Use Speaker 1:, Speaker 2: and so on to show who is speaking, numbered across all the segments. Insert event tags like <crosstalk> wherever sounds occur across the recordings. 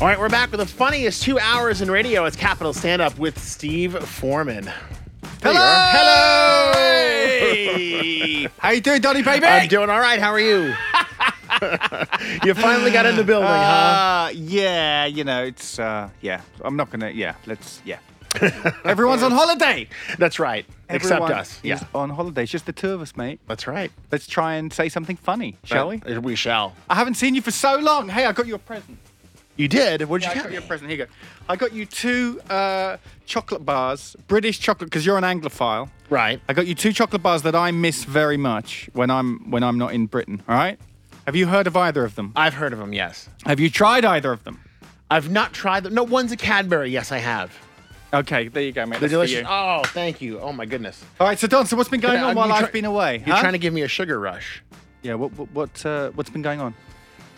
Speaker 1: All right, we're back with the funniest two hours in radio. It's Capital Stand Up with Steve Foreman. Hello! Hello!
Speaker 2: How you doing, Donny baby?
Speaker 1: I'm doing all right. How are
Speaker 2: <laughs>
Speaker 1: you? you finally got in the building, huh?
Speaker 2: uh, yeah, you know, it's uh, yeah. I'm not gonna. Yeah, let's.
Speaker 1: <laughs>
Speaker 2: Yeah, everyone's on holiday.
Speaker 1: That's right. Except
Speaker 2: Everyone
Speaker 1: us.
Speaker 2: is on holiday. It's just the two of us, mate.
Speaker 1: That's right.
Speaker 2: Let's try and say something funny, shall we?
Speaker 1: Uh, We shall.
Speaker 2: I haven't seen you for so long. Hey, I got you a present.
Speaker 1: You did? What'd
Speaker 2: Yeah,
Speaker 1: you
Speaker 2: I
Speaker 1: get?
Speaker 2: got you a present. Here you go. I got you two uh, chocolate bars, British chocolate, because you're an Anglophile.
Speaker 1: Right.
Speaker 2: I got you two chocolate bars that I miss very much when I'm when I'm not in Britain. All right. Have you heard of either of them?
Speaker 1: I've heard of them, yes.
Speaker 2: Have you tried either of them?
Speaker 1: I've not tried them. No, one's a Cadbury. Yes, I have.
Speaker 2: Okay, there you go, mate.
Speaker 1: They're
Speaker 2: That's for
Speaker 1: delicious.
Speaker 2: you.
Speaker 1: Oh, thank you. Oh, my goodness.
Speaker 2: All right, so Don, so what's been going
Speaker 1: Yeah,
Speaker 2: on
Speaker 1: I'm-
Speaker 2: while
Speaker 1: you try-
Speaker 2: I've been away?
Speaker 1: You're
Speaker 2: huh?
Speaker 1: trying to give me a sugar rush.
Speaker 2: Yeah, what what what uh, what's been going on?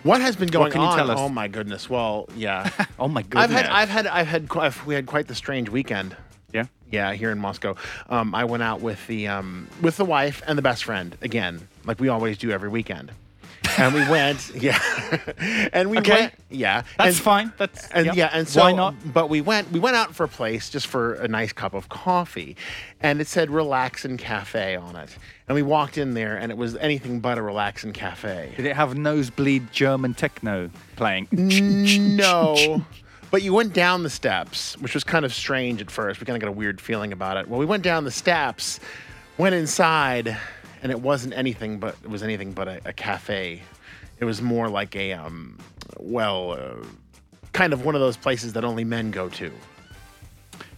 Speaker 1: What has been going
Speaker 2: can you
Speaker 1: on?
Speaker 2: tell us?
Speaker 1: Oh my goodness. Well, yeah.
Speaker 2: <laughs> Oh my goodness.
Speaker 1: I've had I've had I've had qu- I've- we had quite the strange weekend.
Speaker 2: yeah.
Speaker 1: Yeah, here in Moscow. Um, I went out with the um, with the wife and the best friend again, like we always do every weekend. And
Speaker 2: <laughs>
Speaker 1: we went, yeah. <laughs> and we
Speaker 2: Okay.
Speaker 1: went, yeah. and,
Speaker 2: That's fine. That's
Speaker 1: And
Speaker 2: yep.
Speaker 1: yeah, and so
Speaker 2: why not?
Speaker 1: But we went we went out for a place just for a nice cup of coffee, and it said "Relax and Cafe" on it. And we walked in there, and it was anything but a relax and cafe.
Speaker 2: Did it have nosebleed German techno playing?
Speaker 1: <laughs> no. But you went down the steps, which was kind of strange at first. We kind of got a weird feeling about it. Well, we went down the steps, went inside, and it wasn't anything but it was anything but a, a cafe. It was more like a um, well, uh, kind of one of those places that only men go to.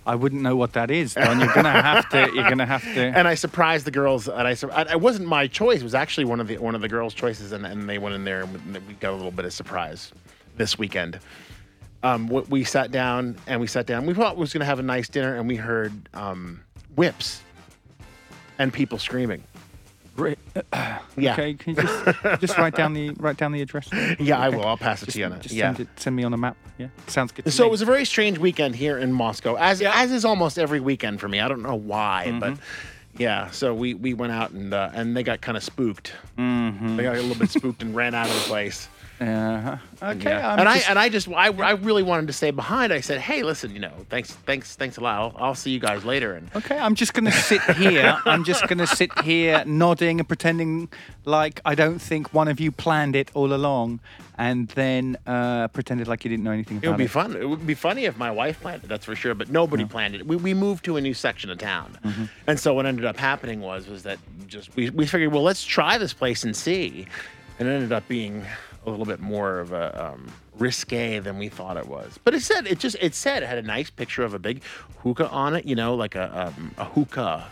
Speaker 2: I wouldn't know what that is, Don. You're gonna have to. You're gonna have to.
Speaker 1: <laughs> And I surprised the girls, and I sur- I- it wasn't my choice. It was actually one of the one of the girls' choices, and, and they went in there, and we got a little bit of surprise this weekend. Um, we, we sat down and we sat down. We thought we was going to have a nice dinner, and we heard um, whips and people screaming.
Speaker 2: Re-
Speaker 1: Yeah,
Speaker 2: Okay, can you just just write down the write down the address?
Speaker 1: yeah, I
Speaker 2: Okay.
Speaker 1: will. I'll pass it
Speaker 2: Just,
Speaker 1: to you on it.
Speaker 2: just
Speaker 1: yeah.
Speaker 2: send it. Send me on a map. Yeah, sounds good. To
Speaker 1: So
Speaker 2: me.
Speaker 1: it was a very strange weekend here in Moscow, as as is almost every weekend for me. I don't know why,
Speaker 2: Mm-hmm.
Speaker 1: but yeah. So we we went out and uh, and they got kind of spooked.
Speaker 2: Mm-hmm.
Speaker 1: They got a little bit spooked and ran out of the
Speaker 2: <laughs>
Speaker 1: place.
Speaker 2: Uh-huh. Okay,
Speaker 1: Yeah.
Speaker 2: I'm
Speaker 1: and
Speaker 2: just-
Speaker 1: I and I just I, I really wanted to stay behind. I said, hey, listen, you know, thanks thanks thanks a lot. I'll, I'll see you guys later. And
Speaker 2: Okay, I'm just going to sit here. I'm just going to sit here nodding and pretending like I don't think one of you planned it all along and then uh, pretended like you didn't know anything
Speaker 1: it
Speaker 2: about
Speaker 1: would be
Speaker 2: it.
Speaker 1: fun. It would be funny if my wife planned it, that's for sure. But nobody planned it. We, we moved to a new section of town,
Speaker 2: Mm-hmm.
Speaker 1: and so what ended up happening was was that just we we figured, well, let's try this place and see, and it ended up being a little bit more of a um, risque than we thought it was. But it said it just it said it had a nice picture of a big hookah on it, you know, like a um, a hookah.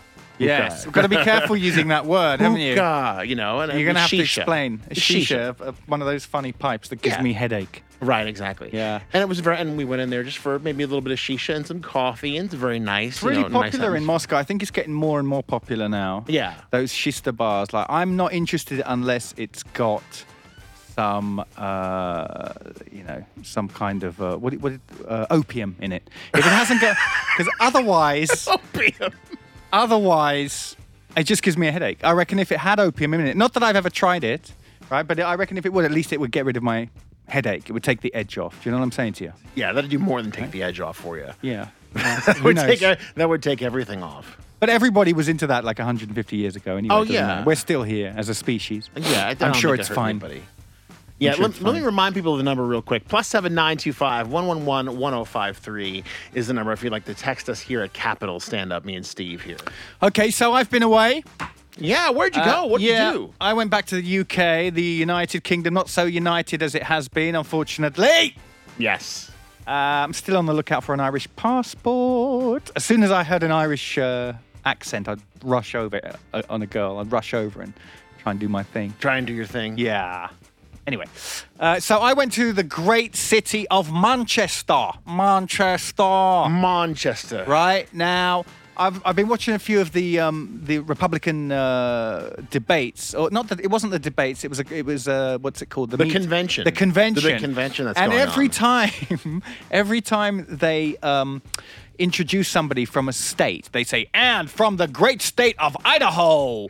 Speaker 1: Hookah.
Speaker 2: Yes, we've got to be careful using that word, haven't you? You're
Speaker 1: hookah, you know, and
Speaker 2: going to have to
Speaker 1: shisha.
Speaker 2: explain. A shisha, Of, of one of those funny pipes that gives
Speaker 1: Yeah.
Speaker 2: me headache.
Speaker 1: right? Exactly.
Speaker 2: Yeah.
Speaker 1: and it was very, and we went in there just for maybe a little bit of shisha and some coffee, and it's very nice.
Speaker 2: It's really
Speaker 1: you know, nice
Speaker 2: popular in
Speaker 1: atmosphere.
Speaker 2: Moscow. I think it's getting more and more popular now.
Speaker 1: Yeah.
Speaker 2: Those shista bars. Like, I'm not interested unless it's got some, uh, you know, some kind of uh, what, what uh, opium in it. If it
Speaker 1: <laughs>
Speaker 2: hasn't got, because otherwise,
Speaker 1: Opium. <laughs>
Speaker 2: otherwise, it just gives me a headache. I reckon if it had opium in it, not that I've ever tried it, right? But I reckon if it would, at least it would get rid of my headache. It would take the edge off. Do you know what I'm saying to you?
Speaker 1: Yeah, that'd do more than take the edge off for you.
Speaker 2: Yeah.
Speaker 1: That
Speaker 2: <laughs> Who
Speaker 1: would,
Speaker 2: knows?
Speaker 1: take, uh, that would take everything off.
Speaker 2: But everybody was into that like 150 years ago. Anyway,
Speaker 1: Oh,
Speaker 2: doesn't
Speaker 1: yeah.
Speaker 2: it? we're still here as a species.
Speaker 1: Yeah, I don't
Speaker 2: I'm sure
Speaker 1: think it
Speaker 2: it's
Speaker 1: hurt
Speaker 2: fine.
Speaker 1: anybody. Yeah,
Speaker 2: sure
Speaker 1: let,
Speaker 2: it's
Speaker 1: let me
Speaker 2: fine.
Speaker 1: remind people of the number real quick. Plus seven nine two five one one one one zero five three is the number if you'd like to text us here at Capital Stand Up. Me and Steve here.
Speaker 2: Okay, so I've been away.
Speaker 1: Yeah, where'd you go?
Speaker 2: Uh,
Speaker 1: What'd
Speaker 2: yeah,
Speaker 1: you do?
Speaker 2: I went back to the UK, the United Kingdom, not so united as it has been, unfortunately.
Speaker 1: Yes.
Speaker 2: Uh, I'm still on the lookout for an Irish passport. As soon as I heard an Irish uh, accent, I'd rush over it, uh, on a girl. I'd rush over and try and do my thing.
Speaker 1: Try and do your thing.
Speaker 2: Yeah. Anyway, uh, so I went to the great city of Manchester. Manchester.
Speaker 1: Manchester.
Speaker 2: right now. I've, I've been watching a few of the um, the Republican uh, debates, or not that it wasn't the debates. It was a, it was uh what's it called
Speaker 1: The convention.
Speaker 2: the convention
Speaker 1: The convention that's
Speaker 2: and
Speaker 1: going
Speaker 2: every
Speaker 1: on.
Speaker 2: time <laughs> every time they um, introduce somebody from a state, they say and from the great state of Idaho,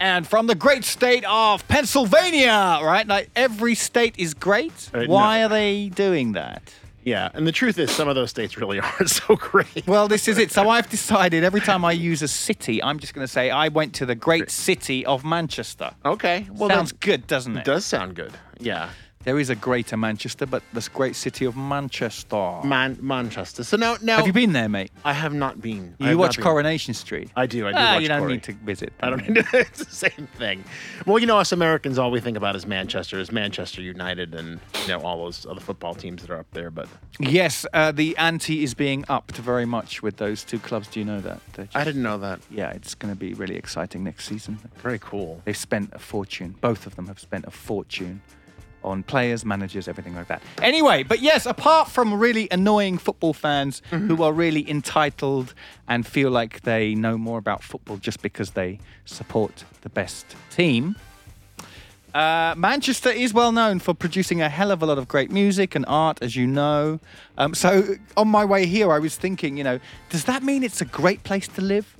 Speaker 2: and from the great state of Pennsylvania, right? Like every state is great.
Speaker 1: Uh, no.
Speaker 2: Why are they doing that?
Speaker 1: Yeah, and the truth is, some of those states really <laughs> aren't so great.
Speaker 2: Well, this is it. So I've decided every time I use a city, I'm just going to say I went to the great city of Manchester.
Speaker 1: Okay, Oh, well
Speaker 2: Sounds
Speaker 1: that
Speaker 2: good, doesn't it?
Speaker 1: does sound good. Yeah,
Speaker 2: There is a greater Manchester, but this great city of Manchester.
Speaker 1: Man- Manchester. So now, now
Speaker 2: Have you been there, mate?
Speaker 1: I have not been. I
Speaker 2: You
Speaker 1: have not
Speaker 2: watch
Speaker 1: been.
Speaker 2: Coronation Street.
Speaker 1: I do. I do.
Speaker 2: Ah,
Speaker 1: watch
Speaker 2: you don't
Speaker 1: Corey.
Speaker 2: need to visit.
Speaker 1: I don't need to. <laughs> It's the same thing. Well, you know, us Americans, all we think about is Manchester, is Manchester United, and you know all those other football teams that are up there. But
Speaker 2: Yes, uh, the ante is being upped very much with those two clubs. Do you know that? They're just-
Speaker 1: I didn't know that.
Speaker 2: yeah, it's going to be really exciting next season.
Speaker 1: Very cool.
Speaker 2: They've spent a fortune. Both of them have spent a fortune on players, managers, everything like that. Anyway, but yes, apart from really annoying football fans who are really entitled and feel like they know more about football just because they support the best team. Uh, Manchester is well known for producing a hell of a lot of great music and art, as you know. Um, so, on my way here, I was thinking, you know, does that mean it's a great place to live?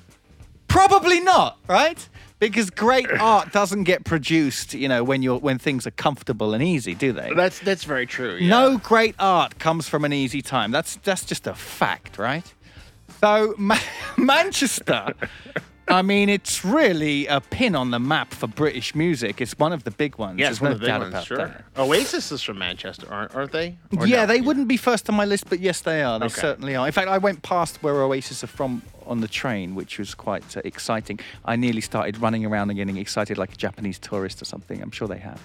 Speaker 2: Probably not, right? Because great art doesn't get produced, you know, when you're when things are comfortable and easy, do they?
Speaker 1: That's that's very true. yeah.
Speaker 2: No great art comes from an easy time. That's that's just a fact, right? So Ma- <laughs> Manchester, I mean, it's really a pin on the map for British music. It's one of the big ones.
Speaker 1: Yeah,
Speaker 2: There's
Speaker 1: it's one
Speaker 2: no
Speaker 1: of the big
Speaker 2: doubt
Speaker 1: ones.
Speaker 2: about
Speaker 1: Sure.
Speaker 2: that.
Speaker 1: Oasis is from Manchester, aren't aren't they? Or
Speaker 2: yeah,
Speaker 1: no?
Speaker 2: they wouldn't be first on my list, but yes, they are. They
Speaker 1: Okay.
Speaker 2: certainly are. In fact, I went past where Oasis are from on the train, which was quite uh, exciting. I nearly started running around and getting excited like a Japanese tourist or something. I'm sure they have.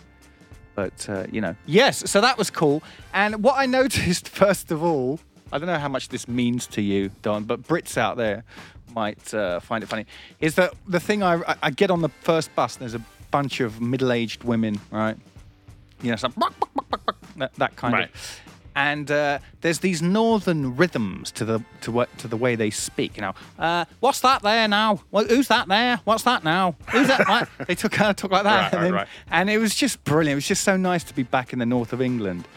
Speaker 2: But, uh, you know, yes, so that was cool. And what I <laughs> noticed, first of all, I don't know how much this means to you, Don, but Brits out there might uh, find it funny, is that the thing I, I- I get on the first bus, and there's a bunch of middle aged women, right? You know, some that, that kind
Speaker 1: Right.
Speaker 2: of. And uh, there's these northern rhythms to the to what to the way they speak. You know, uh, what's that there now? What, who's that there? What's that now? Who's that? Like, <laughs> they took kind of talk like that,
Speaker 1: Right,
Speaker 2: and,
Speaker 1: right,
Speaker 2: then-
Speaker 1: right.
Speaker 2: and it was just brilliant. It was just so nice to be back in the north of England.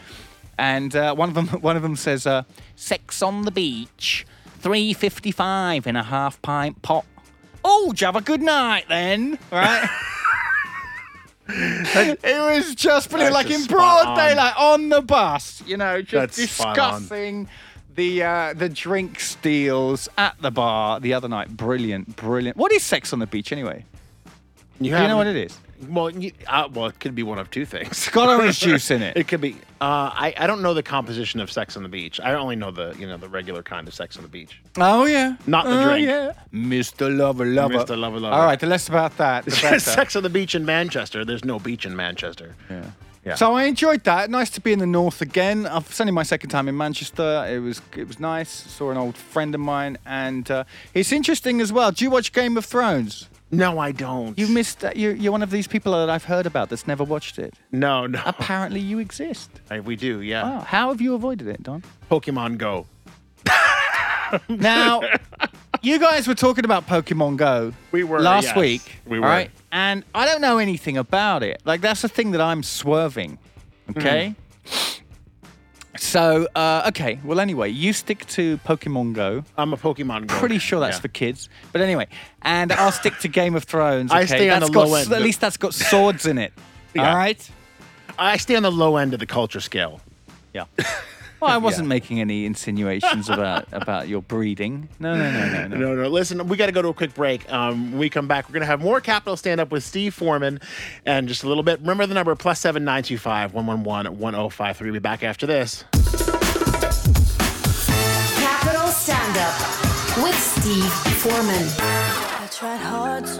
Speaker 2: And uh, one of them <laughs> one of them says, uh, "Sex on the beach, three fifty five in a half pint pot." Oh, did you have a good night then,
Speaker 1: <laughs>
Speaker 2: right? it was just brilliant,
Speaker 1: That's
Speaker 2: like
Speaker 1: just
Speaker 2: in broad
Speaker 1: spot on.
Speaker 2: daylight on the bus, you know, just
Speaker 1: That's spot on.
Speaker 2: discussing the uh, the drinks deals at the bar the other night. Brilliant, brilliant. What is sex on the beach anyway? Do you know
Speaker 1: haven't-
Speaker 2: what it is?
Speaker 1: Well, you, uh, well, it could be one of two things.
Speaker 2: Got orange juice in it.
Speaker 1: It could be. Uh, I I don't know the composition of Sex on the Beach. I only know the you know the regular kind of Sex on the Beach.
Speaker 2: Oh yeah,
Speaker 1: Not the
Speaker 2: oh,
Speaker 1: drink.
Speaker 2: Yeah. Mr. Lover, lover.
Speaker 1: Mr. Lover, lover.
Speaker 2: All right, the less
Speaker 1: <laughs>
Speaker 2: about that, the better.
Speaker 1: Sex on the Beach in Manchester. There's no beach in Manchester. Yeah. Yeah.
Speaker 2: So I enjoyed that. Nice to be in the north again. I've it's only my second time in Manchester. It was it was nice. Saw an old friend of mine, and uh, it's interesting as well. Do you watch Game of Thrones?
Speaker 1: no, I don't.
Speaker 2: You missed. that You're, you're one of these people that I've heard about that's never watched it.
Speaker 1: No, no.
Speaker 2: Apparently, you exist.
Speaker 1: I- we do. Yeah.
Speaker 2: Wow. How have you avoided it, Don?
Speaker 1: Pokemon Go.
Speaker 2: Now, you guys were talking about Pokemon Go.
Speaker 1: We were,
Speaker 2: last
Speaker 1: yes.
Speaker 2: week.
Speaker 1: We
Speaker 2: all
Speaker 1: were.
Speaker 2: right? and I don't know anything about it. Like that's the thing that I'm swerving. Okay.
Speaker 1: Hmm.
Speaker 2: So uh, okay. Well, anyway, you stick to Pokemon Go.
Speaker 1: I'm a Pokemon Go.
Speaker 2: Pretty sure that's
Speaker 1: yeah.
Speaker 2: for kids, but anyway, and I'll stick to Game of Thrones. Okay?
Speaker 1: I stay on
Speaker 2: That's
Speaker 1: the
Speaker 2: got,
Speaker 1: low
Speaker 2: s-
Speaker 1: end.
Speaker 2: At least that's got swords in it.
Speaker 1: <laughs> Yeah.
Speaker 2: All right.
Speaker 1: I stay on the low end of the culture scale.
Speaker 2: Yeah. Well, I wasn't making any insinuations about about your breeding. No, no, no, no, no.
Speaker 1: <laughs> No, no. Listen, we got to go to a quick break. Um, when we come back, we're going to have more Capital Stand Up with Steve Foreman and just a little bit. Remember the number plus 7925 111 1053. We'll be back after this.
Speaker 3: Capital Stand Up with Steve Foreman.
Speaker 4: I tried hard to